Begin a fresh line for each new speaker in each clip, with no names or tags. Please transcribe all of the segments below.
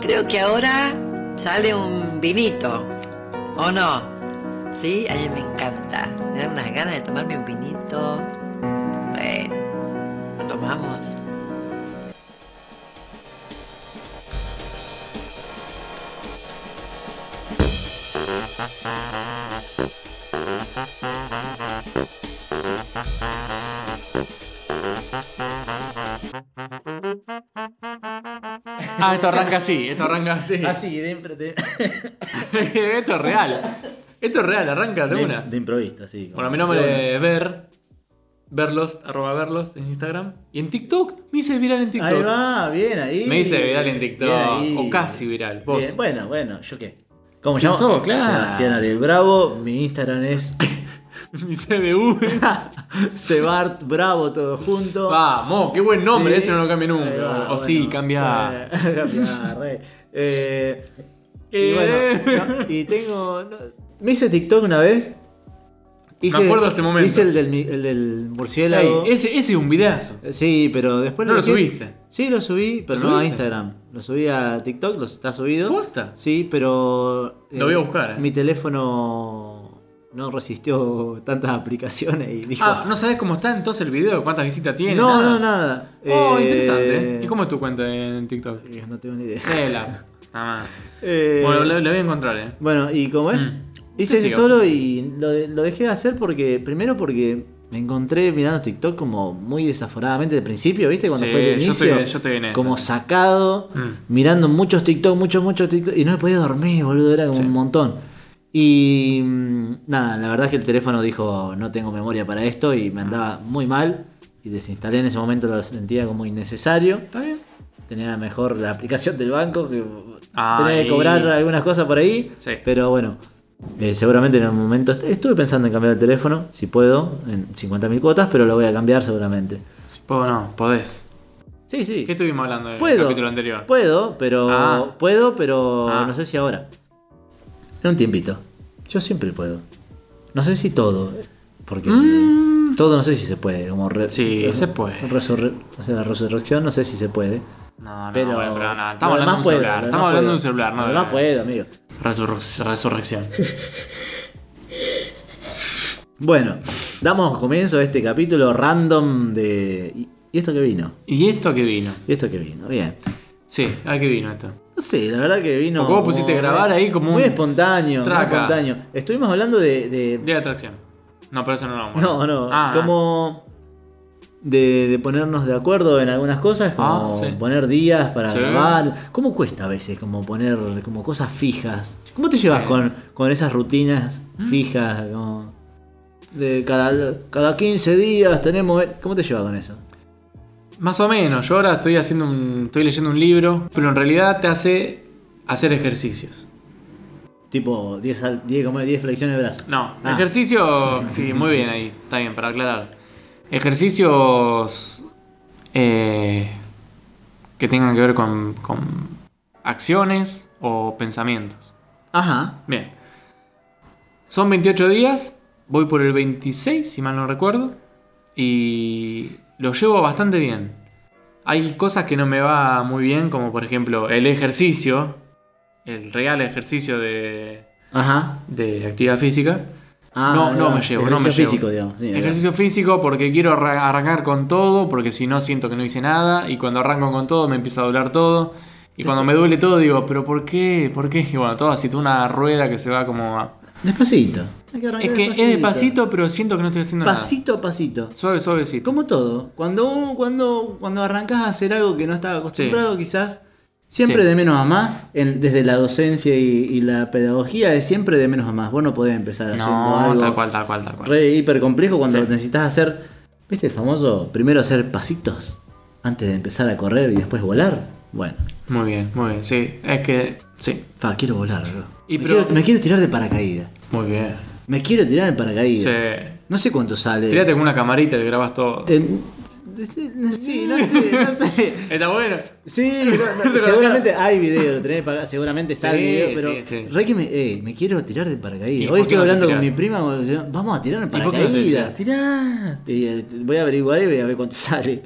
Creo que ahora sale un vinito, ¿o no? Sí, a mí me encanta. Me dan unas ganas de tomarme un vinito. Bueno, lo tomamos.
Ah, esto arranca así, esto arranca así.
Así, Ah, de, impro- de-
esto es real. Esto es real, arranca de
de-
una.
de improviso, así. como-
Bueno, mi nombre es Ver. Verlos, arroba verlos en Instagram. Y en TikTok, me hice viral en TikTok.
Ahí va, bien ahí.
Me hice viral en
Bien
TikTok.
ahí.
O casi viral. Vos.
Bien, Bueno, bueno, ¿yo qué? ¿Cómo
¿Quién
llamo?
sos? Claro.
Sebastián Ariel Bravo, mi Instagram es
Mi CBU.
Sebart Bravo, todo junto.
Vamos, qué buen Ah, nombre,
Sí.
ese no lo cambia
Ahí
nunca.
va,
o
bueno.
sí, cambia.
Eh, cambia, re. Eh, y bueno,
Eh.
no, y tengo. no, me hice TikTok una vez.
acuerdo ese momento.
Hice el del, mi- el del murciélago.
Ey, ese, ese es un videazo.
Eh, Sí, pero después
No lo
dejé-
subiste.
Sí, lo subí, pero
¿Lo
no a
subiste?
Instagram. Lo subí a TikTok, lo está subido.
¿Posta?
Sí, pero.
Lo voy a buscar, eh.
Mi teléfono no resistió tantas aplicaciones y dijo.
Ah, ¿no sabes cómo está entonces el video? ¿Cuántas visitas tiene?
no,
nada.
no, nada.
Oh,
Eh,
interesante. ¿Y cómo es tu cuenta en TikTok?
Dios, No tengo ni idea.
Tela. Nada más.
Eh,
Bueno, lo, lo voy a encontrar, eh.
Bueno, y como es,
Mm.
hice
Sí, sí,
ese solo y lo, lo dejé de hacer porque, primero porque me encontré mirando TikTok como muy desaforadamente de principio, ¿viste? Cuando
Sí,
fue el
yo
inicio.
estoy- yo estoy en esa.
como sacado,
Mm.
mirando muchos TikTok, muchos, muchos TikTok, y no me podía dormir, boludo, era como
Sí.
un montón. Y mm, nada, la verdad es que el teléfono dijo no tengo memoria para esto y me andaba muy mal. Y desinstalé en ese momento, lo sentía como innecesario.
¿Está bien?
Tenía mejor la aplicación del banco que
Ah,
tenía
y-
que cobrar algunas cosas por ahí.
Sí.
Pero bueno, eh, seguramente en algún momento est- estuve pensando en cambiar el teléfono, si puedo, en 50.000 cuotas, pero lo voy a cambiar seguramente.
Si puedo, no, podés.
Sí, sí.
¿Qué estuvimos hablando en el
puedo.
capítulo anterior?
Puedo, pero
Ah.
puedo, pero
Ah.
no sé si ahora. En un tiempito. Yo siempre puedo. No sé si todo, porque
Mm.
todo no sé si se puede, como re-
Sí,
re-
se puede.
resurre- o sea, la resurrección no sé si se puede.
Ah, No, no,
Pero,
bueno, pero no,
lo
estamos hablando de
demás
un
puedo,
celular.
lo
Estamos
demás
hablando de un
puedo.
celular, no
Lo
de
demás
la-
puedo, amigo.
Resurrec- resurrección.
Bueno, damos comienzo a este capítulo random de. ¿Y- ¿Y esto qué vino?
¿Y esto qué vino?
¿Y esto qué vino? Bien.
Sí, ¿a qué vino esto?
No sé, la verdad que vino.
Porque vos
como
pusiste a grabar ahí como
Muy
un
espontáneo, muy
traca.
espontáneo. Estuvimos hablando de. de-
Día de atracción. No, pero eso no lo vamos a
No,
hablar.
no.
Ah,
como. De, de ponernos de acuerdo en algunas cosas, como
Ah, sí.
poner días para
Sí.
grabar. ¿Cómo cuesta a veces como poner como cosas fijas? ¿Cómo te llevas
Sí. Mm.
con, con esas rutinas fijas? como de cada, cada 15 días tenemos. eh, ¿Cómo te llevas con eso?
Más o menos, yo ahora estoy haciendo un. estoy leyendo un libro, pero en realidad te hace hacer ejercicios.
Tipo 10, al- 10, como 10 flexiones de brazo.
No,
Ah.
ejercicio. Sí, muy bien ahí. Está bien, para aclarar. Ejercicios. eh, que tengan que ver con, con acciones o pensamientos.
Ajá.
Bien. Son 28 días. Voy por el 26, si mal no recuerdo. Y lo llevo bastante bien. Hay cosas que no me va muy bien, como por ejemplo el ejercicio. El real ejercicio de,
Ajá.
de actividad física.
Ah,
no,
ahí
no
va.
me llevo, no me
Ejercicio
llevo.
físico, digamos. Sí, ahí va.
Ejercicio físico porque quiero arra- arrancar con todo, porque si no siento que no hice nada. Y cuando arranco con todo me empieza a doler todo. Y cuando me duele todo digo, pero ¿por qué? ¿Por qué? Y bueno, todo así, toda una rueda que se va como a...
Despacito. Hay arrancar
Es que es despacito, pero siento que no estoy haciendo
Pasito a pasito.
nada. Suave, suavecito.
Como todo. Cuando uno, cuando, cuando arrancás a hacer algo que no estaba acostumbrado, quizás. Siempre
Sí.
de menos a más, en- desde la docencia y, y la pedagogía es siempre de menos a más. Vos no podés empezar haciendo
No,
algo
tal cual, tal cual, tal cual.
re hiper complejo cuando
Sí.
necesitas hacer, viste el famoso, primero hacer pasitos antes de empezar a correr y después volar. Bueno,
Muy bien, muy bien. Sí, es que... Sí,
fa, quiero volar, bro.
Y
me,
pero-
quiero, me quiero tirar de paracaídas.
muy bien.
Me quiero tirar de paracaídas.
Sí.
No sé cuánto sale. Eh,
Tirate con una camarita y grabas todo.
En- Sí, no sé, no sé.
Está bueno.
Sí, no, no,
Pero-
seguramente hay video, lo tenés que pagar, seguramente está
Sí,
el video, pero
sí, sí.
re que me, eh, me quiero tirar de
¿Y
paracaídas.
por
Hoy
qué
estoy
no te
hablando con mi
tirás?
prima, vamos a tirar en
¿Y por qué no te
paracaídas.
tirás? Tirá.
Y, eh, voy a averiguar y voy a ver cuánto sale.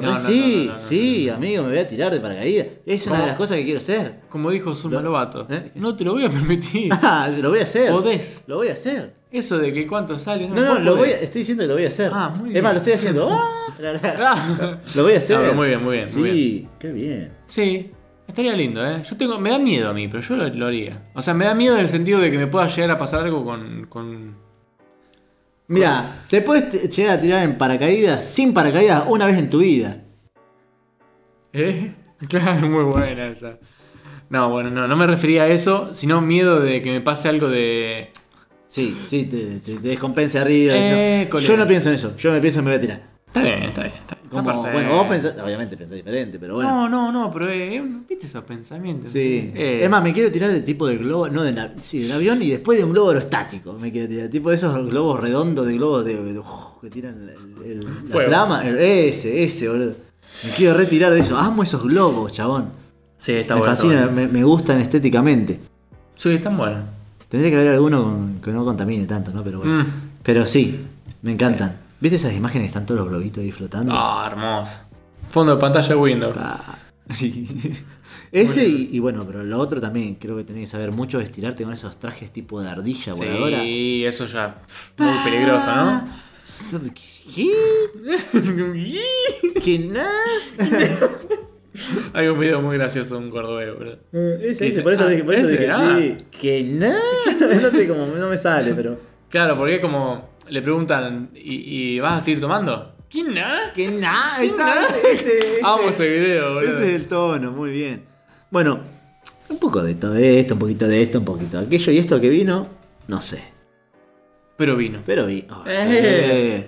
No,
re
no,
sí,
no, no, no,
sí, amigo, me voy a tirar de paracaídas. Es una
¿Cómo?
de las cosas que quiero hacer.
Como dijo Zulma Lobato,
¿Eh?
no te lo voy a permitir.
Ah, lo voy a hacer.
Podés.
Lo voy a hacer.
Eso de que cuánto sale, no,
No, no,
vos
lo voy
podés.
a, estoy diciendo que lo voy a hacer.
Ah, muy
Es
bien.
más, lo estoy haciendo. ¡Ah! La- la-
Ah.
lo voy a hacer.
No, pero muy bien, muy bien,
Sí,
muy
qué bien.
Sí, estaría lindo, ¿eh? Yo tengo, me da miedo a mí, pero yo lo, lo haría. O sea, me da miedo en el sentido de que me pueda llegar a pasar algo con... con...
Mira, te puedes t- llegar a tirar en paracaídas, sin paracaídas, una vez en tu vida.
¿Eh? Claro, muy buena esa. No, bueno, no, no me refería a eso, sino miedo de que me pase algo de...
Sí, sí, te, te- te descompensa arriba. y yo-
Eh,
yo,
colega.
no pienso en eso, yo me pienso en me voy a tirar.
Está bien, está bien, está bien. está
Como-
perfecto.
bueno, vos pensás, obviamente pensás diferente, pero
No,
bueno.
no, no, pero eh, viste esos pensamientos.
Sí.
Eh,
Es más, me quiero tirar de tipo de globo, no de nav- sí, del avión y después de un globo aerostático. Me quiero tirar, tipo de esos globos redondos de globos de, de- uf, que tiran el- el- la
Fuego.
flama. el- ese, ese, boludo. Me quiero retirar de eso. Amo esos globos, chabón.
sí, está
me
bueno, está
fascina,
bueno.
me, me gustan estéticamente.
Sí, están buenos.
Tendría que haber alguno con- que no contamine tanto, ¿no? Pero bueno.
Mm.
Pero sí, me encantan. ¿Viste esas imágenes? Están todos los globitos ahí flotando.
Ah, hermoso. Fondo de pantalla Windows.
Pa. Sí. Ese y, y bueno, pero lo otro también creo que tenés que saber mucho es tirarte con esos trajes tipo de ardilla voladora.
Sí, eso ya pf, muy peligroso, ¿no?
¿Qué? ¿Qué nada?
Hay un video muy gracioso de un cordobés, bro.
Eh, Ese,
Ese,
ese, por eso
ah,
dije, por eso
ese,
dije,
ah.
sí. ¿Qué nada? No sé cómo, no me sale, pero.
Claro, porque es como le preguntan, ¿y, y vas a seguir tomando? ¿Qué nada?
¿Qué nada? Ahí
¿Qué
está,
nada?
ese- ese-
ah? Amo ese video, boludo.
Ese es el tono, muy bien. Bueno, un poco de todo esto, un poquito de esto, un poquito de aquello y esto que vino, no sé.
Pero vino.
Pero vi. oh, sí.
Eh.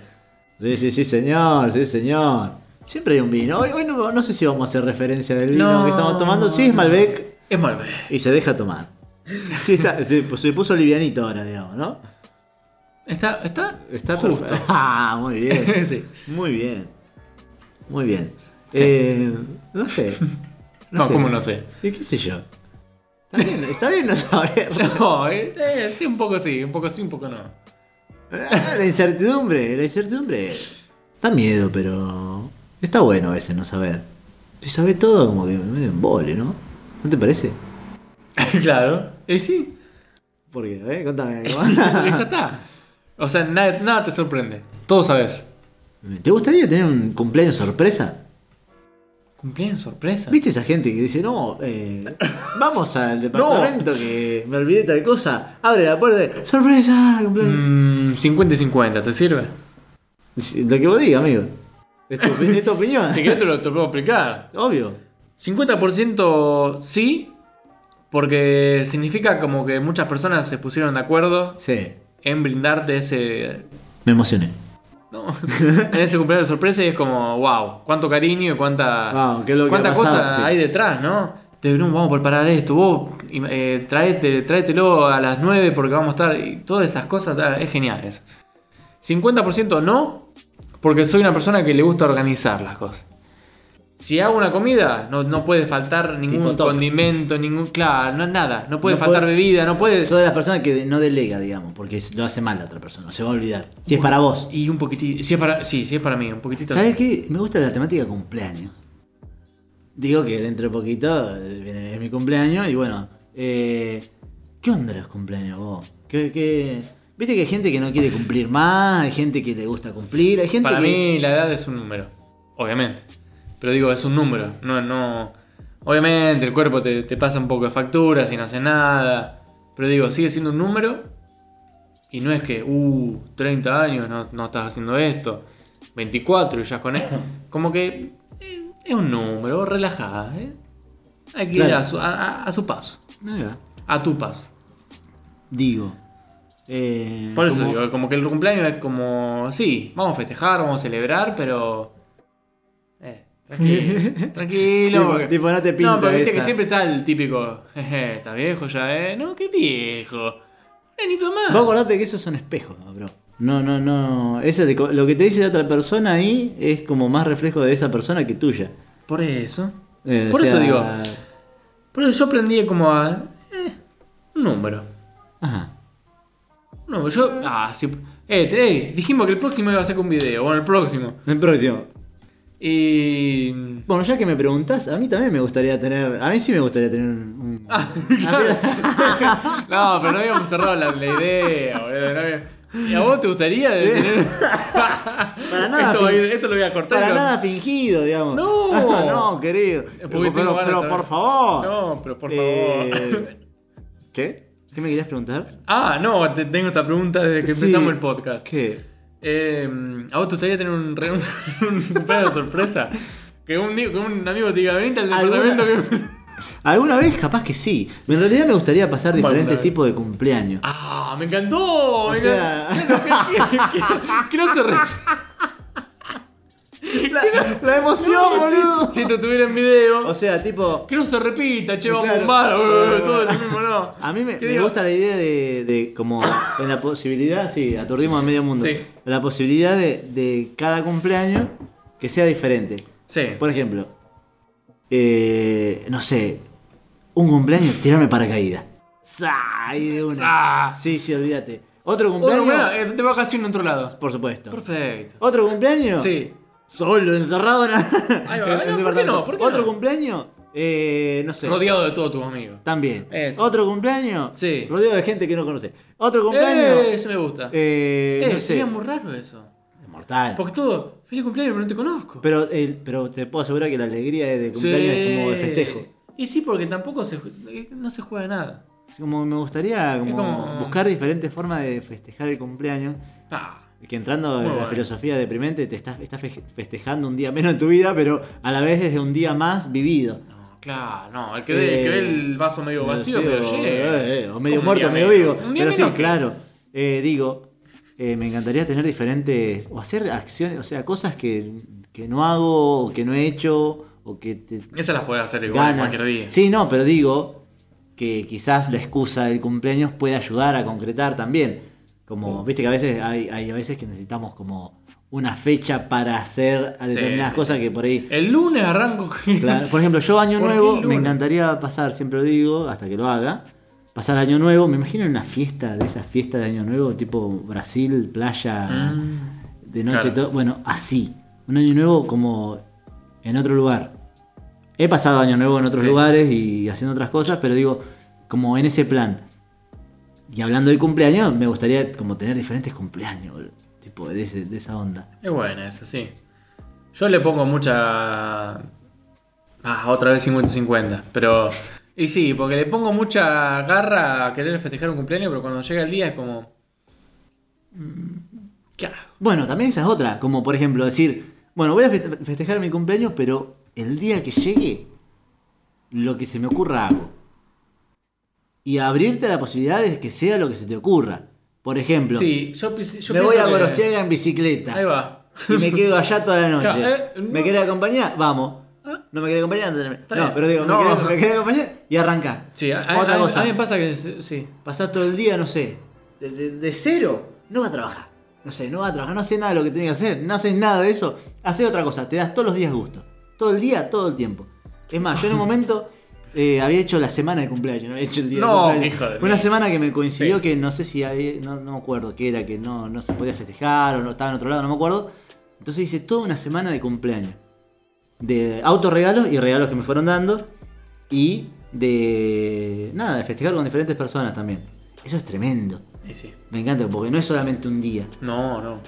sí. sí, sí, señor, sí, señor. Siempre hay un vino. Hoy, hoy no, no sé si vamos a hacer referencia del vino
No.
que estamos tomando. Sí, es Malbec
Es Malbec.
y se deja tomar. Sí, está, se, pues, se puso livianito ahora, digamos, ¿no?
Está, está,
Está
justo.
perfecto. Ah, muy bien.
sí.
Muy bien. Muy bien.
Sí.
Eh, no sé.
No,
sé.
¿cómo no sé?
¿Y qué sé yo? Está bien, está bien no saber.
No, eh, eh, sí, un poco sí, un poco sí, un poco no.
Ah, La incertidumbre, la incertidumbre. Da miedo, pero. Está bueno a veces no saber. Si sabe todo, como que medio embole, ¿no? ¿No te parece?
claro. Y sí,
¿Por qué? ¿Eh? Contame.
ya está. O sea, nada, nada te sorprende. Todo sabes.
¿Te gustaría tener un cumpleaños sorpresa?
Cumpleaños sorpresa.
¿Viste esa gente que dice, no, eh, vamos al departamento que me olvidé tal cosa? Abre la puerta, ¡sorpresa! Cumpleaños.
Mm, 50 y 50, ¿te sirve?
Lo que vos digas, amigo. Es tu, opi- es tu opinión.
Si querés te lo, te lo puedo explicar.
Obvio.
50% sí, porque significa como que muchas personas se pusieron de acuerdo
Sí.
en brindarte ese...
Me emocioné.
No, en ese cumpleaños sorpresa y es como, wow, cuánto cariño y cuánta,
Wow, Ah, qué es lo que
cuánta
ha
cosa
pasado, sí.
hay detrás, ¿no? Te no, vamos a preparar esto, vos eh, traete- tráetelo a las 9 porque vamos a estar... Y todas esas cosas, ah, es genial eso. 50% no, porque soy una persona que le gusta organizar las cosas. Si hago una comida, no, no puede faltar ningún
Tipo toc.
condimento, ningún. Claro, no, nada. No puede
No
faltar
puede-
bebida, no puede.
Sos de las personas que no delega, digamos, porque lo hace mal la otra persona, se va a olvidar. Si es para vos.
Y un poquitito. Si es para, sí, si es para mí, un poquitito.
¿Sabes qué? Me gusta la temática cumpleaños. Digo que dentro de poquito eh, viene- es mi cumpleaños y bueno, eh, ¿qué onda los cumpleaños vos? ¿Qué, qué- Viste que hay gente que no quiere cumplir más, hay gente que le gusta cumplir, hay gente
Para
que...
mí la edad es un número, obviamente. Pero digo, es un número. No, no. Obviamente, el cuerpo te, te pasa un poco de factura si no hace nada. Pero digo, sigue siendo un número. Y no es que, uh, 30 años no, no estás haciendo esto. 24 y ya con esto. Como que eh, es un número, relajada. ¿eh? Hay que ir
Claro.
a su, a- a- a su paso.
Ahí va.
A tu paso.
Digo. eh,
Por eso
como-
digo, como que el cumpleaños es como, sí, vamos a festejar, vamos a celebrar, pero... eh, tranquilo, tranquilo.
Tipo-
porque-
tipo, no te pinta
No, pero viste que
esa.
siempre está el típico, jeje, está viejo ya, ¿eh? No, qué viejo. Nenito más.
Vos acordate que esos son espejos, bro. No, no, no. Ese de co- lo que te dice la otra persona ahí es como más reflejo de esa persona que tuya.
Por eso.
Eh, o
por eso
sea,
digo, por eso yo aprendí como a... eh, un número.
Ajá.
Un número, yo... Ah, sí. Eh, te- eh, dijimos que el próximo iba a sacar un video, bueno, el próximo.
El próximo.
Y.
Bueno, ya que me preguntás, a mí también me gustaría tener. A mí sí me gustaría tener un. un-
Ah, No, pero no habíamos cerrado la, la idea, boludo. no había- ¿Y a vos te gustaría de tener-
Para nada,
esto, va a ir-
fin-
esto lo voy a cortar. y
Para
lo-
nada fingido, digamos.
No.
no, querido.
Porque
Pero,
tengo
pero-
ganas
pero
de
por
saber.
favor.
No, pero por favor.
Eh, ¿Qué? ¿Qué me querías preguntar?
Ah, no, te- tengo esta pregunta desde que
Sí.
empezamos el podcast.
¿Qué?
Eh, ¿A vos te gustaría tener un, re- un, un cumpleaños sorpresa? Que un, di- que un amigo te diga, venite al
¿Alguna-
departamento que...
Alguna vez capaz que sí. En realidad me gustaría pasar
Bueno,
diferentes
dale.
tipos de cumpleaños.
¡Ah, me encantó! me
sea-
encantó. Que- que- que- que no se re...
La, la emoción, boludo.
Si esto tuviera en video...
O sea, tipo.
Que no se repita, che, vamos a
Claro.
bombar,
Bueno,
uh, todo
bueno.
lo mismo, no.
A mí me,
¿Qué
me
digo?
gusta la idea de, de como en la posibilidad, sí, aturdimos a medio mundo.
Sí.
La posibilidad de, de cada cumpleaños que sea diferente.
Sí.
Por ejemplo, eh, no sé, un cumpleaños, tirarme paracaídas. ¡Sa! Ahí de una.
¡Sa!
Sí, sí, olvídate. Otro
Ah. Bueno,
cumpleaños,
bueno, eh, te vas en otro lado.
por supuesto.
Perfecto.
Otro cumpleaños,
Sí.
solo, encerrado en, la-
Ahí va, no,
en el
¿por qué
departamento.
no? ¿Por qué
Otro
no?
cumpleaños, eh, no sé.
Rodeado de todos tus amigos.
También.
Eso.
Otro cumpleaños.
Sí.
Rodeado de gente que no conoce. Otro
Eh,
cumpleaños.
eso me gusta. Eh,
eh, no sé.
sería muy raro eso.
Mortal.
Porque todo, feliz cumpleaños, pero no te conozco.
Pero, eh, pero te puedo asegurar que la alegría de cumpleaños es como de
Sí.
festejo.
Y sí, porque tampoco se, ju- eh, no se juega nada.
Es Como me gustaría como
como-
buscar diferentes formas de festejar el cumpleaños.
Ah,
Que entrando
Muy
en
bueno.
la filosofía deprimente, te estás, estás fe- festejando un día menos en tu vida, pero a la vez es un día más vivido.
no, claro, no. El que, ve, el que ve
Eh,
el vaso medio vacío, medio lleno.
eh, eh, o medio
Como un
muerto,
día
medio
menos.
vivo.
Un día
Pero sí,
menos que-
claro. Eh, digo, eh, me encantaría tener diferentes. o hacer acciones, o sea, cosas que, que no hago, o que no he hecho, o que te
Esas las podés hacer igual
ganas.
cualquier día.
Sí, no, pero digo que quizás la excusa del cumpleaños puede ayudar a concretar también. Como, viste que a veces hay, hay a veces que necesitamos como una fecha para hacer a
Sí,
determinadas
sí,
cosas que por ahí
El lunes arranco.
Claro, Por ejemplo, yo año
¿Por qué
nuevo
el
me
lunes?
encantaría pasar, siempre lo digo, hasta que lo haga. Pasar año nuevo, me imagino una fiesta de esas fiestas de año nuevo, tipo Brasil, playa,
Mm.
de noche,
claro.
todo. Bueno, así. Un año nuevo como en otro lugar. He pasado año nuevo en otros
Sí.
lugares y haciendo otras cosas, pero digo, como en ese plan. Y hablando del cumpleaños, me gustaría como tener diferentes cumpleaños, boludo. tipo de, ese- de esa onda.
Es buena esa, sí. Yo le pongo mucha. Ah, otra vez 50-50. Pero. Y sí, porque le pongo mucha garra a querer festejar un cumpleaños, pero cuando llega el día es como. mm, ¿Qué hago?
Bueno, también esa es otra, como por ejemplo decir, bueno, voy a feste- festejar mi cumpleaños, pero el día que llegue, lo que se me ocurra hago. Y abrirte a la posibilidad de que sea lo que se te ocurra. Por ejemplo,
Sí, yo, pi- yo
me
pienso
voy a
que-
Gorostiaga en bicicleta
Ahí va.
y me quedo allá toda la noche.
Claro, eh, no.
¿Me querés acompañar? Vamos.
Ah.
No me querés acompañar, andate.
Está bien.
No, pero digo,
No.
¿me, querés, me querés acompañar? Y arrancá.
Sí, a, a-
Otra
a-
cosa.
a mí me pasa que. es- Sí.
Pasar todo el día, no sé, de, de- de cero, no va a trabajar. No sé, no va a trabajar, no sé nada de lo que tenés que hacer, no haces nada de eso. Haces otra cosa, te das todos los días gusto. Todo el día, todo el tiempo. Es más, yo en un momento eh, había hecho la semana de cumpleaños, no había hecho el día
No,
de cumpleaños.
hijo de
Una
mil.
semana que me coincidió
Sí.
que no sé si había, no, no me acuerdo qué era, que no, no se podía festejar o no estaba en otro lado, no me acuerdo. Entonces hice toda una semana de cumpleaños. De autorregalos y regalos que me fueron dando. Y de. Nada, de festejar con diferentes personas también. Eso es tremendo.
Y sí.
Me encanta porque no es solamente un día.
No, no.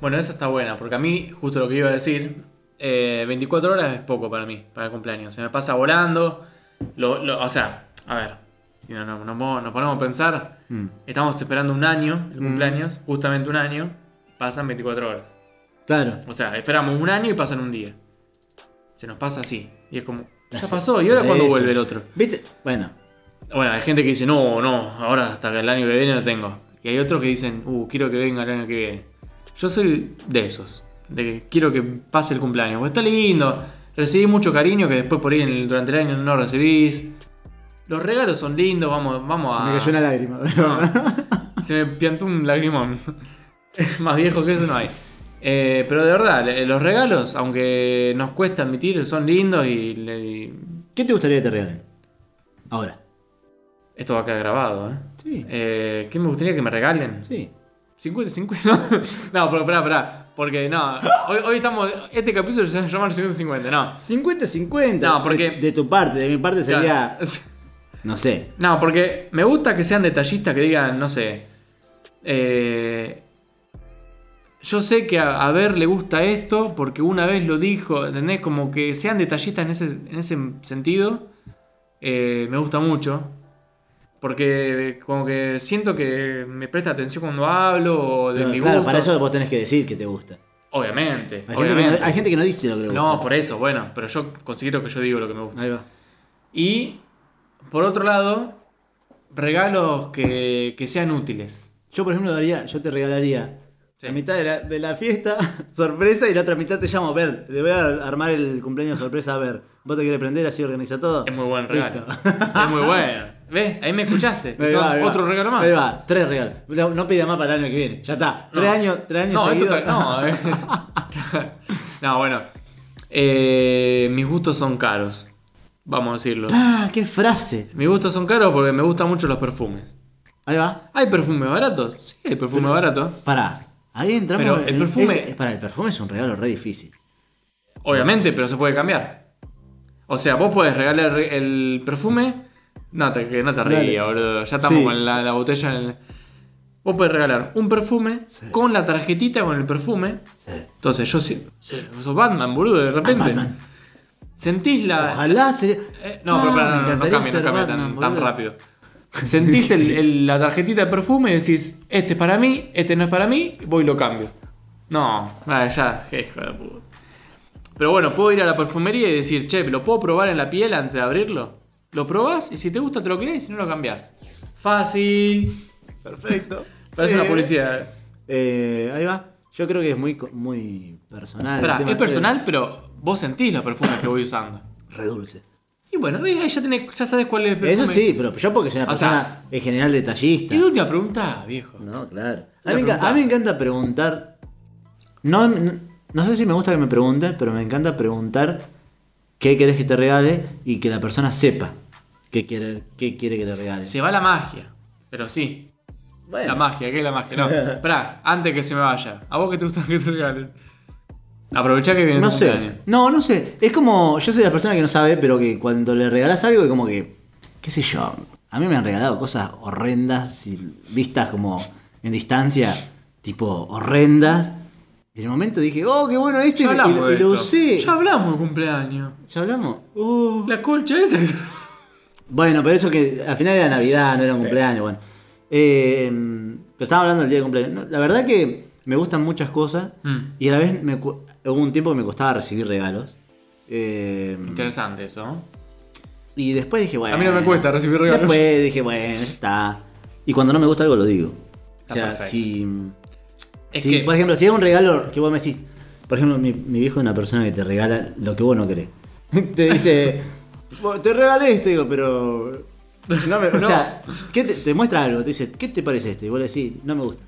Bueno, esa está buena, porque a mí, justo lo que iba a decir, eh, 24 horas es poco para mí, para el cumpleaños. Se me pasa volando. Lo- lo- o sea, a ver, si no, no- no mo- nos ponemos a pensar, estamos esperando un año, el cumpleaños, justamente un año, pasan 24 horas.
Claro.
O sea, esperamos un año y pasan un día. Se nos pasa así. Y es como, ya
Las-
pasó, ¿y ahora cuándo
Eso.
vuelve el otro?
¿Viste? Bueno.
Bueno, hay gente que dice, no, no, ahora hasta que el año que viene no tengo. Y hay otros que dicen, uh, quiero que venga el año que viene. Yo soy de esos, de que quiero que pase el cumpleaños. Porque está lindo, recibí mucho cariño que después por ahí en el- durante el año no recibís. Los regalos son lindos, vamos, vamos a...
lágrima.
Ah. No, se me piantó un lagrimón. Más viejo que eso no hay. Eh, pero de verdad, le- los regalos, aunque nos cuesta admitir, son lindos y, le- y
¿Qué te gustaría que te regalen? Ahora.
esto va a quedar grabado. ¿eh?
Sí.
Eh, ¿Qué me gustaría que me regalen?
Sí.
50, 50. No, pero pará, pará. Porque no, hoy, hoy estamos. Este capítulo se llama el 150, no.
50-50.
No, porque-
De, de tu parte, de mi parte sería.
Claro.
No sé.
No, porque me gusta que sean detallistas, que digan, no sé. eh, yo sé que a, a Ver le gusta esto porque una vez lo dijo, ¿entendés? Como que sean detallistas en ese, en ese sentido. eh, me gusta mucho. Porque como que siento que me presta atención cuando hablo o de
Claro,
mi
claro,
gusto.
para eso vos tenés que decir que te gusta.
Obviamente,
Hay, gente que,
obviamente.
no, hay gente que no dice lo que le gusta.
No, por eso, bueno, pero yo considero que yo digo lo que me gusta.
Ahí va.
Y, por otro lado, regalos que, que sean útiles.
Yo, por ejemplo, daría, yo te regalaría
Sí.
la mitad de la, de la fiesta, sorpresa, y la otra mitad te llamo a ver. Le voy a armar el cumpleaños sorpresa a ver. ¿Vos te querés prender? Así organiza todo.
Es muy buen regalo.
Listo.
Es muy bueno. ¿Ves? Ahí me escuchaste.
Ahí
Son
va, ahí va.
otro regalo más.
Ahí va, tres regalos. No, no pida más para el año que viene. Ya está.
No.
Tres años, tres años
No, esto
seguidos.
está- no, eh. no, bueno. Eh, mis gustos son caros. Vamos a decirlo.
Ah, qué frase.
Mis gustos son caros porque me gustan mucho los perfumes.
Ahí va.
¿Hay perfumes baratos? Sí, hay perfumes baratos.
Pará. Ahí entramos.
Pero el
en-
perfume-
ese- pará, el perfume es un regalo re difícil.
Obviamente, pero se puede cambiar. O sea, vos podés regalar el perfume. No te, que no te
Dale.
rías, boludo. Ya estamos
Sí.
con la, la botella en el- Vos podés regalar un perfume con la tarjetita con el perfume. Entonces, yo si- vos sos Batman, boludo, de repente.
Batman.
Sentís la.
Ojalá sería.
Eh, no, pero
Ah,
pará, no, no,
me
no
encantaría
cambia, no
ser
cambia tan,
Batman,
tan
boludo.
rápido. Sentís el- el- la tarjetita de perfume y decís, este es para mí, este no es para mí, voy y lo cambio. No, nada, ya, qué hijo de puta. Pero bueno, puedo ir a la perfumería y decir, che, ¿lo puedo probar en la piel antes de abrirlo? Lo probás y si te gusta te lo quedás y si no lo cambiás. Fácil.
Perfecto.
Parece
Eh,
una publicidad.
eh, ahí va. Yo creo que es muy, co- muy personal. el
Pará,
tema
es
este.
personal, pero vos sentís los perfumes que voy usando.
Re dulce.
Y bueno, ves, ahí ya, tenés, ya sabes cuál es el perfume.
Eso sí, pero yo porque soy una
O sea-
persona en general detallista.
Y tú te pregunta, viejo.
No, claro. A
Una
mí, me enca-
pregunta.
a mí me encanta preguntar. No, no, no sé si me gusta que me pregunten, pero me encanta preguntar qué querés que te regale y que la persona sepa qué quiere, qué quiere que le regale.
Se va la magia, pero sí.
Bueno,
La magia, ¿qué es la magia? No, esperá, antes que se me vaya. ¿A vos que te gusta que te regalen? Aprovechá que viene
no
tu
sé.
cumpleaños.
No, no sé. Es como. Yo soy la persona que no sabe, pero que cuando le regalás algo es como que. ¿Qué sé yo? A mí me han regalado cosas horrendas, y vistas como en distancia, tipo horrendas. Y en el momento dije, oh, qué bueno esto, y,
Ya
me- y
hablamos
lo-
de
y lo
esto.
usé.
Ya hablamos de cumpleaños.
¿Ya hablamos? Uh.
La colcha esa. que-
Bueno, pero eso que al final era Navidad, no era un
Sí.
cumpleaños, bueno. Eh, pero estaba hablando del día de cumpleaños. No, la verdad que me gustan muchas cosas
Mm.
y a la vez me, cu- hubo un tiempo que me costaba recibir regalos. Eh,
Interesante eso. ¿no?
y después dije, bueno.
A mí no me cuesta recibir regalos.
Después dije, bueno, ya está. Y cuando no me gusta algo lo digo.
Está
O sea,
perfecto.
si.
Es
si,
que-
Por ejemplo, si es un regalo que vos me decís. Por ejemplo, mi, mi viejo es una persona que te regala lo que vos no querés. te dice. "Bueno, Te regalé esto, digo, pero. No me, o
No.
sea, ¿qué te, te muestra algo, te dice, ¿qué te parece esto? Y vos le decís, no me gusta.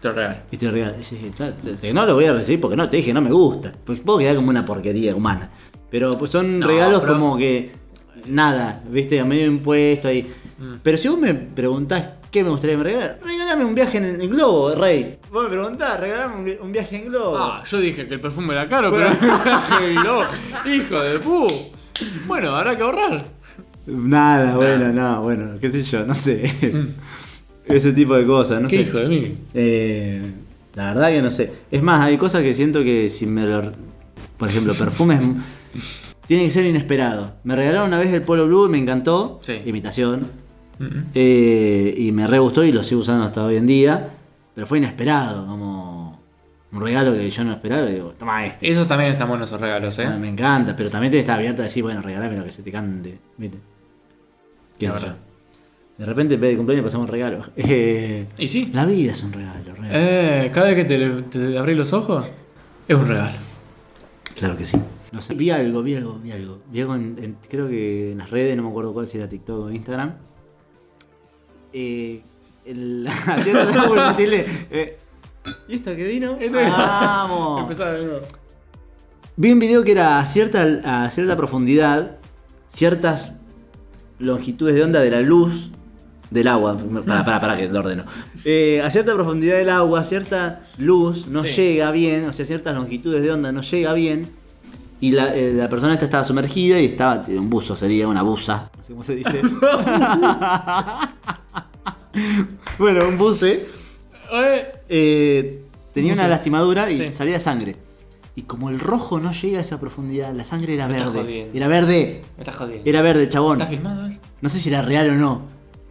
Te lo regalo.
Y te regala. Y yo dije, "Ta- te- te- no lo voy a recibir porque no, te dije, no me gusta. Pues vos quedás como una porquería humana. Pero pues, son
No,
regalos
pero-
como que nada, viste, a medio impuesto ahí.
Mm.
Pero si vos me preguntás qué me gustaría que me regalar, regálame un viaje en, en globo, rey. Vos me preguntás, regálame un, un viaje en globo.
Ah, yo dije que el perfume era caro, pero. no, hijo de pu. Bueno, habrá que ahorrar.
Nada, bueno, no, bueno, qué sé yo, no sé. Ese tipo de cosas, no
Mm. Qué
sé.
hijo de mí.
Eh, la verdad que no sé. Es más, hay cosas que siento que si me lo... Por ejemplo, perfumes... tiene que ser inesperado. Me regalaron una vez el Polo Blue y me encantó.
Sí.
Imitación. Eh, y me re gustó y lo sigo usando hasta hoy en día. Pero fue inesperado, como un regalo que yo no esperaba. y Digo, toma este.
Esos también están buenos esos regalos,
Ah,
¿eh?
me encanta, pero también te está abierto a decir, bueno, regalame lo que se te cante. ¿Viste? Qué
La
sé yo.
verdad.
De repente, en vez de cumpleaños, pasamos regalo. Eh,
Y sí.
la vida es un regalo, regalo.
Eh, cada vez que te, te abrís los ojos, es un regalo.
Claro que sí. No sé. Vi algo, vi algo, vi algo. Vi algo en, en- creo que en las redes, no me acuerdo cuál, si era TikTok o Instagram. Eh, el, haciendo el juego infantil, eh, ¿Y esto que vino?
Esto que-
¡Vamos!
Empezá de nuevo.
Vi un video que era a cierta, a cierta profundidad, ciertas longitudes de onda de la luz del agua. Para, para, para que lo ordeno. Eh, a cierta profundidad del agua, cierta luz no
Sí.
llega bien, o sea, ciertas longitudes de onda no llega bien. Y la, eh, la persona esta estaba sumergida y estaba. eh, Un buzo sería, una buza. No sé cómo se dice. bueno, un buce. Eh, tenía una
Buzo.
lastimadura y
Sí.
salía sangre. Y como el rojo no llega a esa profundidad, la sangre era
Me estás
verde.
jodiendo.
Era verde.
Me estás jodiendo.
Era verde, chabón.
¿Está filmado? eso?
No sé si era real o no.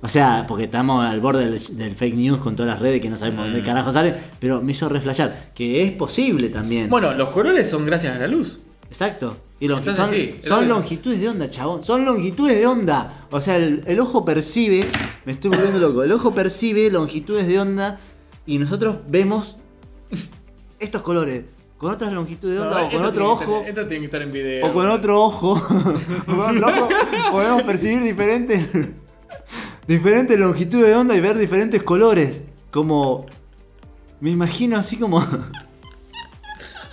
O sea, porque estamos al borde del, del fake news con todas las redes que no sabemos
Mm.
dónde carajo sale, pero me hizo reflashar, que es posible también.
Bueno, los colores son gracias a la luz.
Exacto. Y longi-
Entonces
son,
sí, es
son
obvio.
longitudes de onda, chabón. Son longitudes de onda. O sea, el, el ojo percibe, me estoy volviendo loco, el ojo percibe longitudes de onda y nosotros vemos estos colores con otras longitudes de onda o con otro ojo.
Esto tiene que estar en video.
O con otro ojo. o con otro ojo podemos percibir diferentes. diferentes longitudes de onda y ver diferentes colores. Como. Me imagino así como.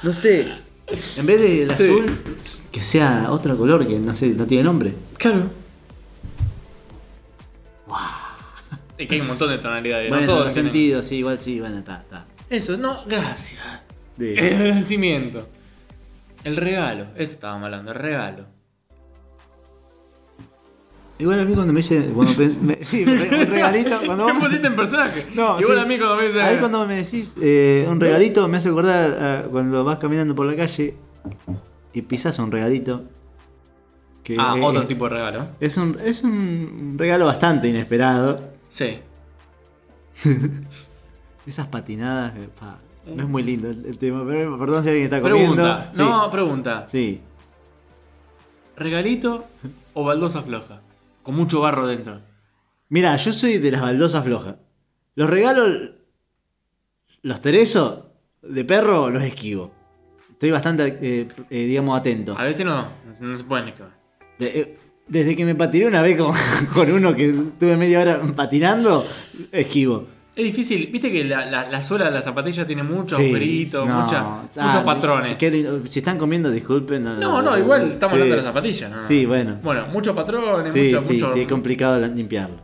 no sé. En vez del
Sí.
azul, que sea otro color que no sé, no tiene nombre.
Claro. Y que hay un montón de tonalidades.
bueno,
no todos
en
tienen-
sentido, sí, igual sí, bueno, está, está.
Eso, no, gracias.
Sí.
El agradecimiento. El regalo. Eso estábamos hablando, el regalo.
Igual a mí cuando me dice. cuando pe- me- sí, un re- un regalito. Cuando
¿Qué
vos-
pusiste en personaje?
No,
Igual
sí.
a mí cuando me dicen.
Ahí cuando me decís eh, un regalito, me hace acordar a cuando vas caminando por la calle y pisas un regalito. que
Ah,
es-
otro tipo de regalo.
Es un, es un regalo bastante inesperado.
Sí.
Esas patinadas. que, pa, no es muy lindo el, el tema, pero perdón si alguien está comiendo.
Pregunta.
Sí,
No, pregunta.
Sí.
¿Regalito o baldosa floja? Con mucho barro dentro.
Mira, yo soy de las baldosas flojas. Los regalos, los teresos de perro, los esquivo. Estoy bastante, eh, eh, digamos, atento.
A veces no, no se pueden esquivar.
De- eh, desde que me patiné una vez con, con uno que tuve media hora patinando, esquivo.
Es difícil, viste que la, la, la suela de la zapatilla tiene muchos
Sí,
agujeritos,
no,
mucha-
ah,
muchos patrones.
qué lindo. si están comiendo, disculpen.
No, no, igual estamos
Sí.
hablando de las zapatillas. no, no.
Sí, bueno.
Bueno, muchos patrones,
Sí,
mucho,
sí,
mucho.
sí, es complicado la- limpiarlo.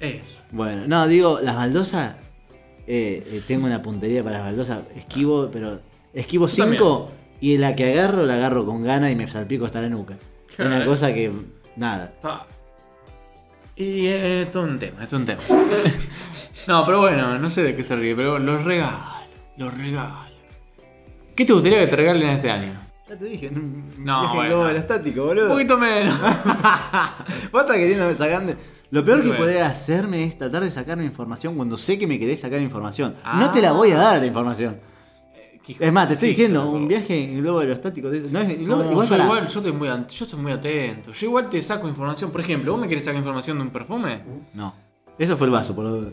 Es.
Bueno, no, digo, las baldosas. eh, eh, tengo una puntería para las baldosas. Esquivo, pero. Esquivo
Yo también.
5 y la que agarro, la agarro con gana y me salpico hasta la nuca.
Claro.
Una cosa que. Nada.
Pa. Ah. Y eh, esto es un tema, esto es un tema. no, pero bueno, no sé de qué se ríe, pero los regalos, los regalos. ¿Qué te gustaría que te regalen este año?
Ya te dije, un
No,
viaje en
bueno.
globo aerostático, boludo.
Un poquito menos.
Vos estás queriendo sacarme. Lo peor que
Bueno.
podés hacerme es tratar de sacarme información cuando sé que me querés sacar información.
Ah.
No te la voy a dar la información. Es más, te estoy
Qué hijo
diciendo,
de
un
puta.
viaje en globo aerostático. de- No es en
No,
globo, igual
yo
pará.
igual, yo estoy, muy, at- yo estoy muy atento. Yo igual te saco información. Por ejemplo, ¿vos me querés sacar información de un perfume?
No. Eso fue el vaso, por lo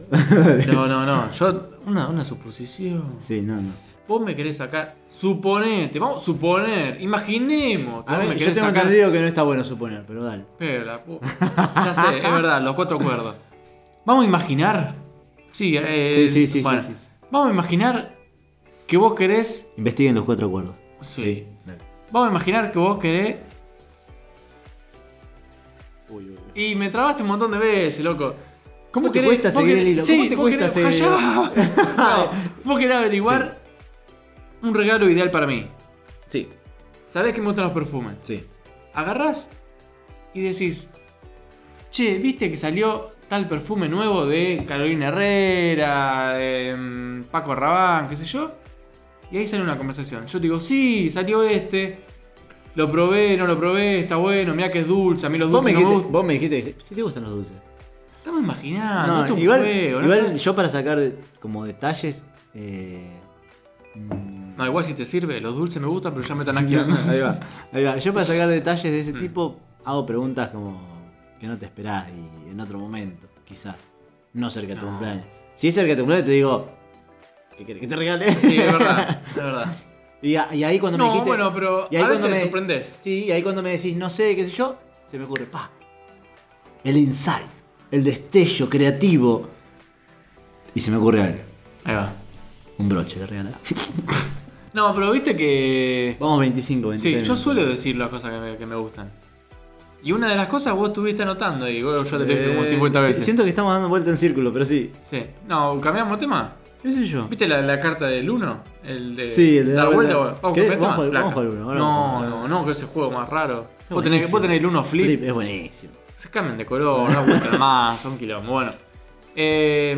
No, no, no. Yo, una, una suposición.
Sí, no, no.
Vos me querés sacar. Suponete, vamos a suponer. Imaginemos que
A
vos
mí-
me
yo
querés
tengo
sacar.
entendido que no está bueno suponer, pero dale.
Pero la pu- Ya sé, es verdad, los cuatro cuerdos. Vamos a imaginar. Sí, eh,
Sí, sí, sí, sí, sí.
Vamos a imaginar que vos querés.
Investiguen los cuatro acuerdos.
Sí.
Dale.
Vamos a imaginar que vos querés. Y me trabaste un montón de veces, loco.
¿Cómo
Vos
te
querés-
cuesta
vos
seguir
querés-
el hilo?
sí,
¿Cómo te
vos
cuesta
querés-
seguir el
¡Callá! No, vos querés averiguar un regalo ideal para mí.
Sí,
Sabés que me gustan los perfumes.
sí.
Agarrás y decís, che, viste que salió tal perfume nuevo de Carolina Herrera, de mm, Paco Rabán, qué sé yo. Y ahí sale una conversación. Yo te digo, sí, salió este. Lo probé, no lo probé, está bueno, mirá que es dulce, a mí los
Vos me,
dulces no me
dijiste,
gustan.
vos me dijiste que sí te gustan los dulces.
Estamos imaginando,
No,
Ah, esto es un
igual,
juego,
igual
¿no?
yo para sacar de- como detalles. Eh, mm,
No, igual si te sirve, los dulces me gustan, pero ya me están aquí.
ahí va, ahí va. Yo para sacar detalles de ese
Mm.
tipo hago preguntas como que no te esperás y en otro momento, quizás. No cerca de tu
No.
cumpleaños. Si es cerca de tu cumpleaños te digo, ¿qué querés que te regale?
Sí, es verdad, es verdad.
y, a- y ahí cuando me
No,
dijiste...
bueno, pero
y ahí
a veces
cuando
me
me-
sorprendés.
Sí, y ahí cuando me decís, no sé, qué sé yo, se me ocurre, pa. El insight, el destello creativo. Y se me ocurre algo.
Ahí va.
Un broche, le regalás.
No, pero viste que...
Vamos 25, 26.
Sí, yo
minutos.
suelo decir las cosas que me, que me gustan. Y una de las cosas vos estuviste anotando y yo te dije como
Eh,
50
si-
veces.
Siento que estamos dando vuelta en círculo, pero sí.
Sí. No, cambiamos tema.
¿Qué sé yo?
¿Viste la, la carta del 1? El de
Sí, el de
dar
dar
vuelta.
vuelta.
Vamos,
¿Qué?
cambiar tema.
Vamos al-
Placa.
vamos al uno, ahora
No,
vamos al
no,
uno.
no, que ese juego más raro. Vos tenés,
buenísimo.
vos tenés el 1 flip.
es buenísimo.
Se cambian de color, no gustan más, son quilombo. Bueno. Eh,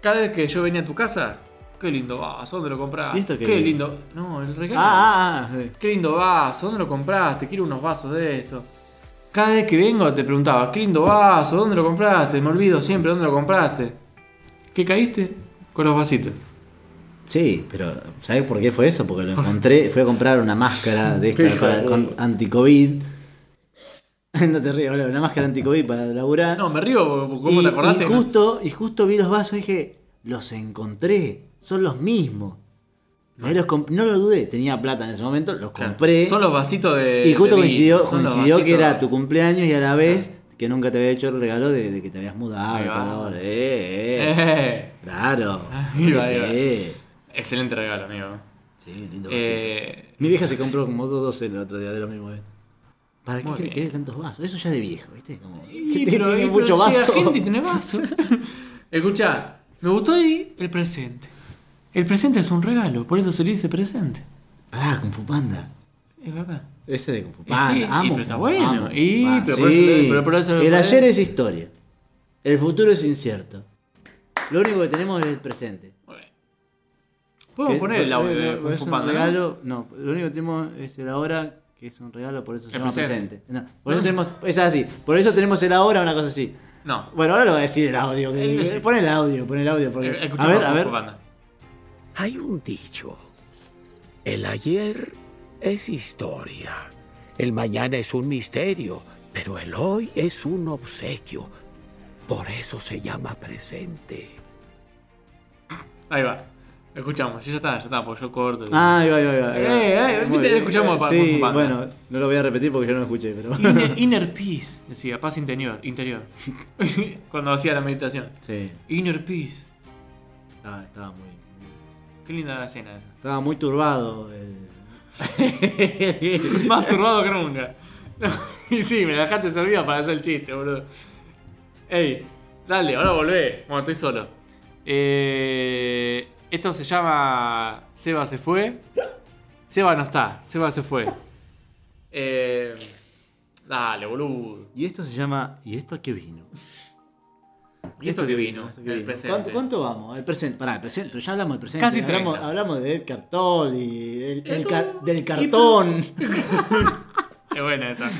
cada vez que yo venía a tu casa, qué lindo vas, ¿dónde lo compraste?
¿Y esto qué?
lindo. No, el regalo.
Ah, ah, ah. sí.
Qué lindo vaso, ¿dónde lo compraste? Quiero unos vasos de esto. Cada vez que vengo te preguntaba, qué lindo vaso, ¿dónde lo compraste? Me olvido siempre, ¿dónde lo compraste? ¿Qué caíste? Con los vasitos.
Sí, pero ¿sabes por qué fue eso? Porque lo encontré, fui a comprar una máscara de
Qué hijo
esta para
de
con
puta.
anti-COVID. no te rías, boludo, una máscara anti-COVID para laburar.
No, me río, porque ¿cómo
y,
te acordaste?
Y justo, y justo vi los vasos y dije, los encontré, son los mismos. Ahí los comp- no lo dudé, tenía plata en ese momento, los
Claro.
compré.
Son los vasitos de.
y justo
de
coincidió,
vino, son los
coincidió que
vasitos-
era tu cumpleaños y a la vez que nunca te había hecho el regalo de, de que te habías mudado.
Ahí
y todo,
va.
boludo. Eh, eh.
Eh,
Claro.
Ahí va, ahí va.
Sí.
excelente regalo, amigo.
Sí, lindo vasito.
Eh,
Mi vieja se compró como dos doce el otro día de lo mismo. ¿eh? ¿Para qué
Muy
quiere-
bien.
quiere tantos vasos? Eso ya de viejo, ¿viste? Como,
y-
gente que
pero- y-
tiene
pero
mucho
llega
vaso.
gente y tiene vaso. Escuchá, me gustó ahí el presente. El presente es un regalo, por eso se le dice presente.
Pará, Kung Fu Panda.
Es verdad.
Ese de Kung Fu
Y
Panda.
sí, y
amo
pero
Kung
está
Fu-
bueno.
amo Kung Fu
Y
Panda.
pero por eso-
Sí.
pero por eso no
El
podés.
ayer es historia. El futuro es incierto. Lo único que tenemos es el presente.
Muy bien. Podemos
¿Qué? Pues
poner el audio
Lo-
de
lo-
Kung
es
Fu
un
Panda, ¿no?
regalo, ¿no? lo único que tenemos es el ahora, que es un regalo, por eso se
El
llama
presente.
presente. No, por eso
Mm.
tenemos, es así, por eso tenemos el ahora, una cosa así.
No.
Bueno, ahora lo va a decir el audio.
Eh,
Que,
sí.
Pon el audio, pon el audio. Porque,
Eh,
a
Escuchamos
ver, a
Kung
ver.
Fu Panda.
Hay un dicho, el ayer es historia, el mañana es un misterio, pero el hoy es un obsequio. Por eso se llama presente.
Ahí va. Escuchamos. Sí, ya está, ya está, porque yo corto. y-
Ah, ahí va, ahí va, ahí va.
Eh, eh,
Muy
viste,
bien.
escuchamos a Kung
Sí,
Fu Panda.
bueno, no lo voy a repetir porque yo no lo escuché, pero.
Inner, inner peace, decía, paz interior, interior. Cuando hacía la meditación.
sí,
Inner peace.
estaba, estaba muy.
Qué linda la escena esa.
Estaba muy turbado el.
Más turbado que nunca. y sí, me dejaste servida para hacer el chiste, boludo. Ey, dale, ahora volvé. Bueno, estoy solo. Eh, esto se llama Seba se fue. Seba no está, Seba se fue. Eh, dale, boludo.
y esto se llama. ¿Y esto a qué vino?
¿Y esto, que vino?
esto
El
qué vino?
presente.
¿Cuánto, cuánto vamos? El presente. Pará, el presente. Pero ya hablamos del presente.
Casi
hablamos,
30.
hablamos de Edgar Tolle, del cartón y
Esto-
del cartón.
Es buena esa.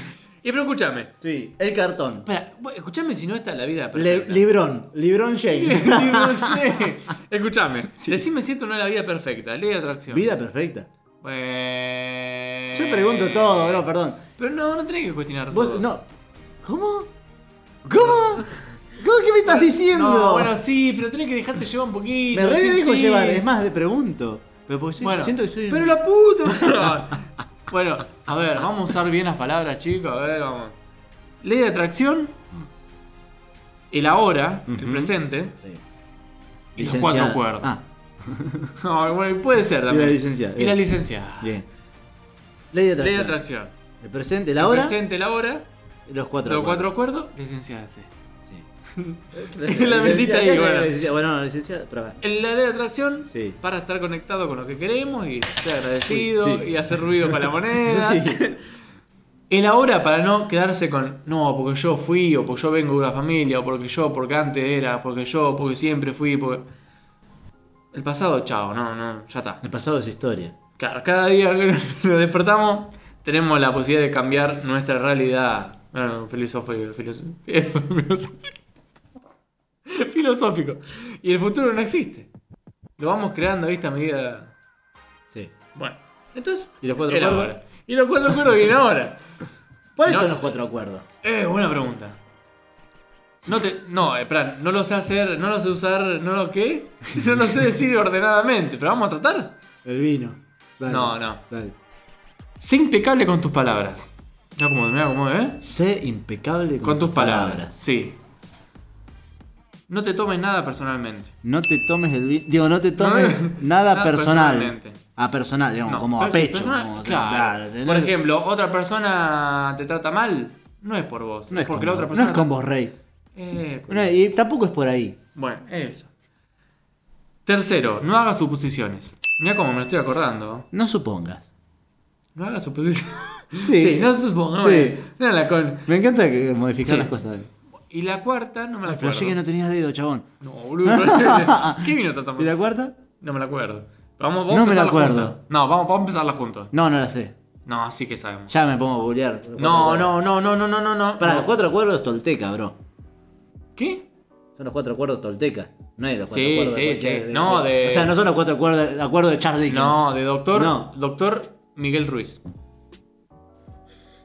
Y pero escúchame.
Sí, el cartón.
Espera, vos escúchame si no está la vida
Le-
perfecta.
Librón, Librón James.
Librón, sí. escúchame. Decime si esto no es la vida perfecta, ley de atracción.
Vida perfecta.
Bueno.
Yo pregunto todo, bro, perdón.
Pero no, no tenés que cuestionar todo.
Vos, no. ¿Cómo? ¿Cómo? ¿Cómo que me estás diciendo?
No, bueno, sí, pero tenés que dejarte llevar un poquito.
me re
decir
dejo
sí.
llevar, es más, le pregunto. Pero porque soy-
Bueno,
siento que soy un-
Pero la puta. bueno, a ver, vamos a usar bien las palabras, chicos. A ver, vamos. Ley de atracción. El ahora, el
Ujú.
presente.
Sí.
Y los
Licenciada.
cuatro cuerdas.
Ah,
No, bueno, puede ser
y la
también.
licenciada.
Y la
bien,
licenciada.
Bien. Ley de
Ley
atracción.
de atracción.
El presente, la hora,
Presente, la hora.
los cuatro
Los
cuerdas.
cuatro acuerdos, licenciada C.
Sí.
La metiste ahí,
Licenciada,
bueno.
licenciada. Bueno, licenciada, pero va.
En la ley de atracción,
Sí.
para estar conectado con lo que queremos y ser agradecido
Sí, sí.
y hacer ruido con la moneda.
Sí.
El ahora para no quedarse con, no, porque yo fui, o porque yo vengo de una familia, o porque yo, porque antes era, porque yo, porque siempre fui, porque... El pasado, chao, no, no, ya está.
El pasado es historia.
Claro, cada día que nos despertamos tenemos la posibilidad de cambiar nuestra realidad. Bueno, filosófico, filosófico. filosófico. Y el futuro no existe. Lo vamos creando, ¿viste? A medida.
Sí.
Bueno, entonces.
¿Y los cuatro
era
acuerdos?
ahora. ¿Y los cuatro acuerdos vienen ahora?
¿Cuáles
Si no-
son los cuatro acuerdos?
Eh, buena pregunta. No te. No, eh, plan, no lo sé hacer, no lo sé usar, no lo qué. No lo sé decir ordenadamente, pero vamos a tratar.
El vino. Dale,
No, no.
Dale.
Sé impecable con tus palabras. Mira cómo, mira cómo, ¿eh?
Sé impecable con,
Con tus palabras. Sí. No te tomes nada personalmente.
No te tomes el vi- Digo, no te tomes nada,
Nada
personal.
personalmente.
A personal, digamos,
No,
como a
pero si
pecho.
persona-
como-
claro.
claro,
Por
no-
ejemplo, otra persona te trata mal, no es por vos.
No es,
porque
con,
la
vos,
otra
no
persona.
es con vos, Rey.
Eh,
No, y tampoco es por ahí.
bueno, eso. Tercero, no hagas suposiciones. Mira cómo me lo estoy acordando.
No supongas.
No hagas suposiciones. Sí,
Sí.
no supongo.
Sí.
bueno, no la con-
Me encanta que modificar
Sí.
las cosas.
Y la cuarta, no me la
Pero
acuerdo.
que no tenías dedo, chabón.
No, boludo. ¿Qué vino tratamos?
¿Y la cuarta?
No me la acuerdo. Pero Vamos, vamos a
No me la
empezarla
acuerdo.
juntos. No, vamos, vamos a empezarla juntos.
No, no la sé.
No, sí que sabemos.
Ya me pongo a googlear.
No, no, no, no, no, no, no, no.
Para los cuatro acuerdos tolteca, bro.
¿Qué?
Son los cuatro acuerdos tolteca. No es los cuatro
Sí,
acuerdos.
sí,
de cualquier-
sí. No, de-
O sea, no son los cuatro acuerdos, acuerdos de Charles Dickens.
No, de doctor,
No.
doctor Miguel Ruiz.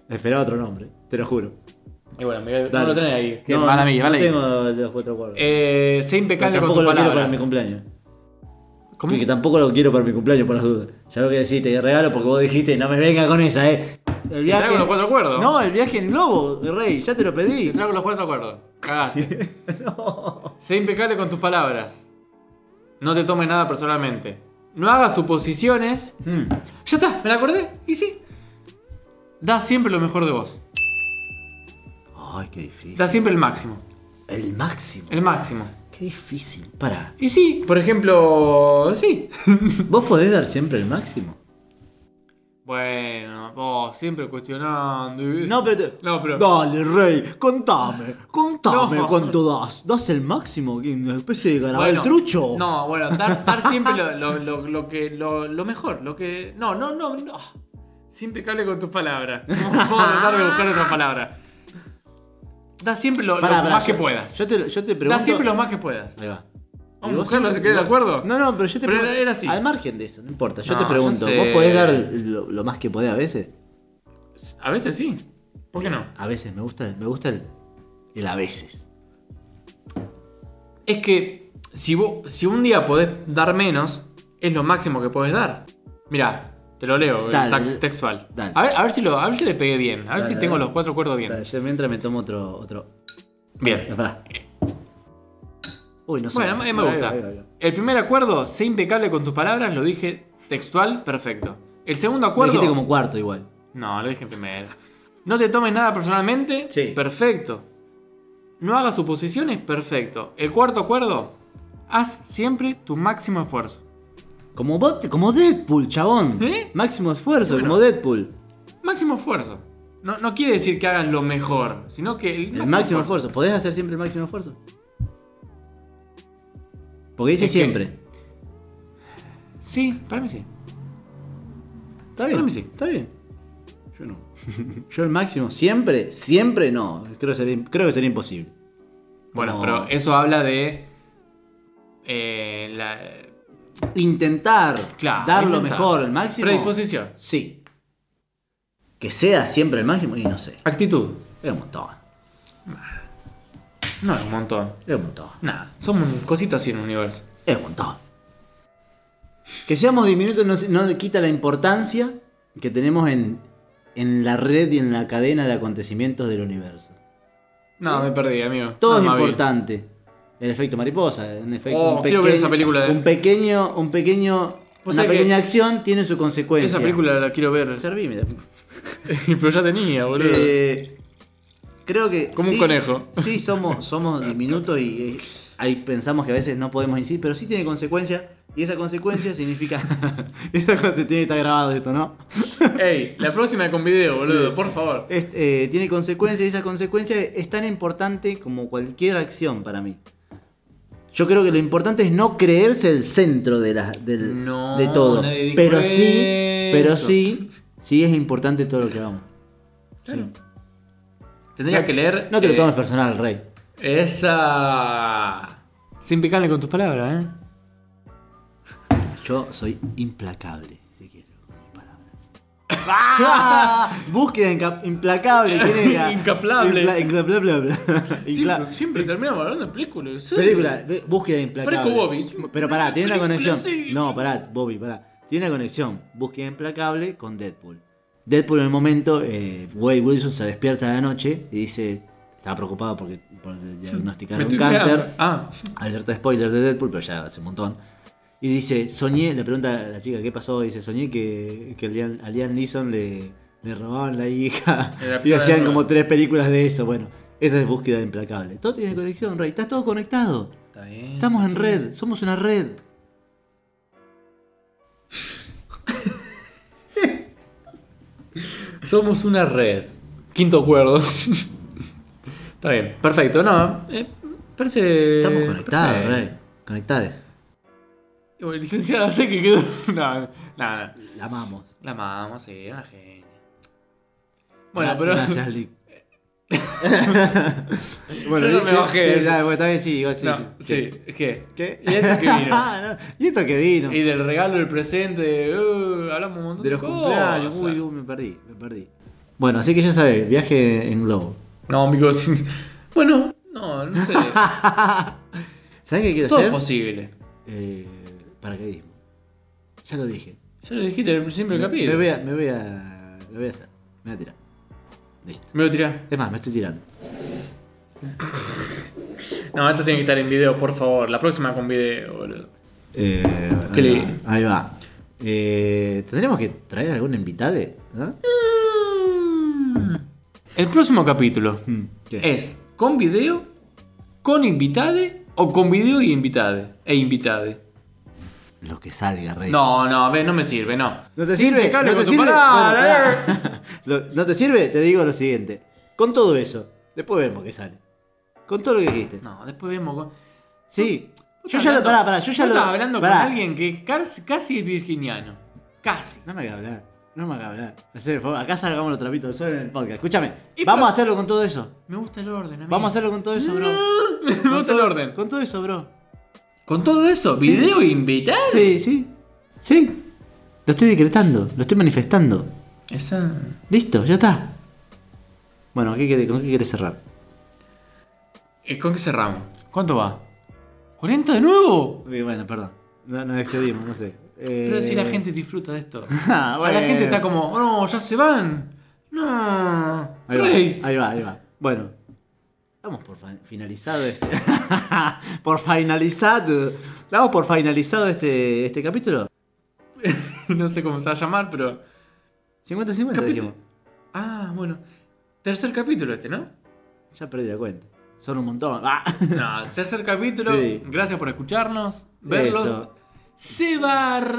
Esperaba otro nombre, te lo juro.
Y bueno, Miguel,
Dale.
no lo tenés ahí. Que
No,
mala mía,
no
mala mía.
tengo de los cuatro acuerdos.
Eh, sé
Pero
impecable con
tampoco
tus
lo quiero para
palabras.
mi cumpleaños.
¿Cómo?
Y que tampoco lo quiero para mi cumpleaños, por las dudas. Ya lo que decís, te regalo porque vos dijiste, no me venga con esa, eh. El
traigo los cuatro acuerdos?
No, el viaje en globo, rey, ya te lo
Te
pedí.
traigo los cuatro acuerdos. Cagaste. Sé impecable con tus palabras. No te tomes nada personalmente. No hagas suposiciones.
Mm.
Ya está, me la acordé. Y sí. Da siempre lo mejor de vos.
Ay, qué difícil.
Da siempre el máximo.
El máximo.
El máximo.
Qué difícil. Pará.
Y sí, por ejemplo, sí.
¿Vos podés dar siempre el máximo?
Bueno, vos siempre cuestionando. y-
No, pero. te-
No, pero.
Dale, rey, contame. Contame
No.
cuánto das. ¿Das el máximo? ¿Qué, ¿Una especie de
Bueno,
garabal trucho?
No, bueno, dar, dar siempre lo, lo- lo- lo que, lo, lo mejor, lo que. No, no, no, no. Siempre cable con tus palabras. Vamos a tratar de buscar otra palabra. Da siempre lo, lo
Pará, pará,
más
yo-
que puedas.
Yo te, lo- yo te pregunto.
Da siempre lo más que puedas.
Ahí va.
Vamos
Y
a
vos
buscarlo,
siempre-
¿se queda de
vos-
acuerdo?
No, no, pero yo te
Pero
pregunto-
era así.
Al margen de eso, no importa. Yo
No,
te
yo
pregunto,
sé.
¿vos podés dar lo, lo más que podés a veces?
A veces sí. ¿Por qué no?
A veces, me gusta, me gusta el, el a veces.
Es que si, vos, si un día podés dar menos, es lo máximo que podés dar. Mirá, te lo leo,
Dale,
tac-
dale.
textual.
Dale.
A ver, a ver si lo, a ver si le pegué bien, a ver
Dale,
si
dale.
tengo los cuatro acuerdos bien.
Espera, Yo mientras me tomo otro. otro.
Bien.
Espera. Eh, Uy, no sé.
Bueno, eh, me me gusta. El primer acuerdo, sé impecable con tus palabras, lo dije textual, perfecto. El segundo acuerdo.
dijiste como cuarto igual.
No, lo dije en primero. No te tomes nada personalmente,
Sí.
perfecto. No hagas suposiciones, perfecto. El cuarto acuerdo, haz siempre tu máximo esfuerzo.
Como, bot, como Deadpool, chabón.
¿Eh?
Máximo esfuerzo, como Deadpool.
Máximo esfuerzo. No, no quiere decir que hagas lo mejor, sino que el
El
máximo,
máximo, esfuerzo. ¿Podés hacer siempre el máximo esfuerzo? Porque dice
Es que-
siempre.
Sí, para mí sí.
Está
Para
bien.
mí sí.
Está bien. Yo no. Yo el máximo siempre, siempre no. Creo, ser- creo que sería imposible.
Bueno,
No.
pero eso habla de. eh, la
Intentar
Claro,
dar lo
intentar.
mejor, el máximo.
predisposición.
Sí. Que sea siempre el máximo y no sé.
Actitud.
Es un montón.
No es un montón.
Es un montón.
Nada, somos cositas así en el universo.
Es un montón. Que seamos diminutos no, se- no quita la importancia que tenemos en, en la red y en la cadena de acontecimientos del universo.
No, me perdí, amigo.
Todo es
No, Ah, Mavi.
importante. El efecto mariposa, un efecto.
Oh,
un,
quiero ver esa película.
un pequeño, un pequeño,
Vos
una
sabés
pequeña
que-
acción tiene su consecuencia.
Esa película la quiero ver.
Servime.
Pero ya tenía, boludo.
Eh, creo que.
Como un
sí-
conejo.
Sí, somos, somos diminutos y eh, ahí pensamos que a veces no podemos incidir, pero sí tiene consecuencia. Y esa consecuencia significa. esa cosa tiene que estar grabado esto, ¿no?
Ey, la próxima con video, boludo, por favor.
Es- eh, tiene consecuencias y esa consecuencia es tan importante como cualquier acción para mí. Yo creo que lo importante es no creerse el centro de, la, del-
No,
de todo.
nadie dijo
Pero sí, pero
eso.
sí, sí es importante todo lo que hagamos.
Tendría
No-
que leer.
No te lo
eh,
tomes personal, Rey.
Esa. Sin picarle con tus palabras, eh.
Yo soy implacable, si quiero, con mis palabras. ¡Ah! Búsqueda inca- implacable. ¿quién era?
Incaplable.
Impla- incapla-
Siempre,
Incla-
siempre terminamos hablando de películas. sí.
Película, ve- búsqueda implacable.
Parezco Bobby.
Pero pará, tiene una
Película,
conexión.
sí.
No, pará, Bobby, pará. Tiene una conexión. Búsqueda implacable con Deadpool. Deadpool en el momento, eh, Wade Wilson se despierta de la noche y dice, estaba preocupado porque, por
Me
diagnosticar un
estoy
cáncer.
quedando- Ah,
Alerta spoiler de Deadpool, pero ya hace un montón. Y dice, soñé, le pregunta a la chica qué pasó, dice, soñé que, que a Liam- a Liam Neeson le, le robaban la hija.
Le raptaron
Y hacían
la
como
droga.
tres películas de eso. Bueno, esa es búsqueda implacable. Todo tiene conexión, Rey. Está todo conectado.
está bien.
Estamos en red, somos una red.
Somos una red. Quinto acuerdo. Está bien, perfecto. No, eh, parece.
Estamos conectados,
perfecto.
Rey. Conectades.
Y Bueno, licenciada, sé que quedó. No, no, no.
La amamos.
La amamos, sí, era una genia. Bueno,
Gra-
pero.
Gracias, Lick.
Yo ya me
¿qué-
bajé
qué-
de eso.
ah, bueno, está bien, sí, igual sí.
No,
sí.
sí, ¿qué?
¿Qué?
¿Y esto que vino?
Ah, no, ¿Y esto que vino?
Y del regalo, del presente, uh, hablamos un montón de,
De los
cosas.
cumpleaños. Uy, uy, me perdí, me perdí. Bueno, así que ya sabes, viaje en globo.
No, amigos. Bueno, no, no sé.
¿Sabes qué quiero
Todo es
hacer?
posible.
Eh, paracaidismo. Ya lo dije.
Ya lo dijiste en el principio del
Me-
capítulo.
Me voy a, me voy a, lo voy a hacer. Me voy a tirar. Listo.
Me voy a tirar.
Es más, me estoy tirando.
No, esto tiene que estar en video, por favor. La próxima con video, boludo.
Eh, ahí
Qué
va,
lindo.
Ahí va. Eh, Tendremos que traer algún invitado, ¿no?
El próximo capítulo
Mm, ¿qué?
es con video, con invitade o con video y invitade. E invitade.
Lo que salga, rey.
No, no, ve, no me sirve, no.
¿No te
Sí,
sirve?
impecable
¿No te
con tu
sirve?
palabra,
Bueno, pará. Lo- ¿No te sirve? Te digo lo siguiente. Con todo eso, después vemos qué sale. Con todo lo que dijiste.
No, después vemos. con-
Sí.
Vos
Yo
estás
ya lo.
hablando-
Pará, pará, yo
vos
ya lo.
estás hablando
pará.
con alguien que casi, casi es virginiano. Casi.
No me hagas hablar. No me hagas hablar. Hacé, por favor, Acá salgamos los trapitos del sol en el podcast. Escúchame.
Y
Vamos
pero-
a hacerlo con todo eso.
Me gusta el orden, amigo.
Vamos a hacerlo con todo eso, bro.
Me gusta el orden.
Con todo eso, bro.
Con todo eso,
Sí.
video e invitade.
Sí, sí. Sí. Lo estoy decretando. Lo estoy manifestando.
Esa.
Listo, ya está. Bueno, ¿qué querés- ¿con qué quieres cerrar?
Eh, ¿Con qué cerramos? ¿Cuánto va? ¿40 de nuevo?
Y bueno, perdón. No, nos excedimos, no sé. Eh,
Pero si la gente disfruta de esto.
Ah,
A la
bueno.
gente está como, "Oh, no, ya se van. No.
Ahí va,
Rey.
ahí va, ahí va. Bueno. Damos por fa- finalizado este. por finalizado. Damos por finalizado este, este capítulo.
no sé cómo se va a llamar, pero.
50-50
Capítulo-
dijimos.
Ah, bueno. Tercer capítulo este, ¿no?
Ya perdí la cuenta. Son un montón. Ah.
No, tercer capítulo.
Sí.
Gracias por escucharnos, verlos.
Eso.
Sebar.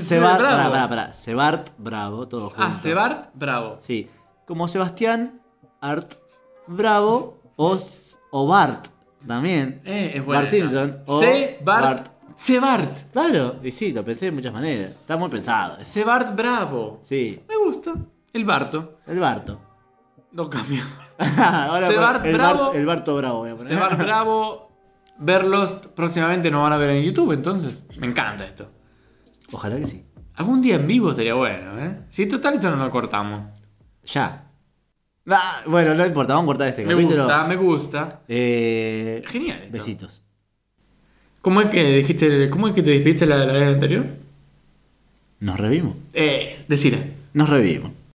Sebart,
Bravo.
pará, pará, pará. Sebart Bravo, todo junto.
Ah, Sebart Bravo.
Sí. Como Sebastián, Art Bravo o, S- o Bart también.
Eh, es bueno.
Bart Simpson o
Sebart.
Bart.
Sebart.
Claro, y sí, lo pensé de muchas maneras. Está muy pensado. es-
Sebart Bravo.
Sí,
Me gusta. El Barto.
el Barto.
No cambió.
Ahora
Sebart
pon- el,
Bravo.
Bart- el Barto Bravo voy a poner.
Sebar Bravo, verlos próximamente nos van a ver en YouTube, entonces. Me encanta esto.
Ojalá que sí.
Algún día en vivo estaría bueno, ¿eh? Si total esto no lo cortamos.
Ya. Ah, bueno, no importa, vamos a cortar este
Me
capítulo.
gusta, me gusta.
Eh,
Genial esto.
besitos.
¿Cómo es que dijiste, cómo es que te despidiste la, la vez anterior?
Nos revimos.
Eh, decila.
Nos revimos.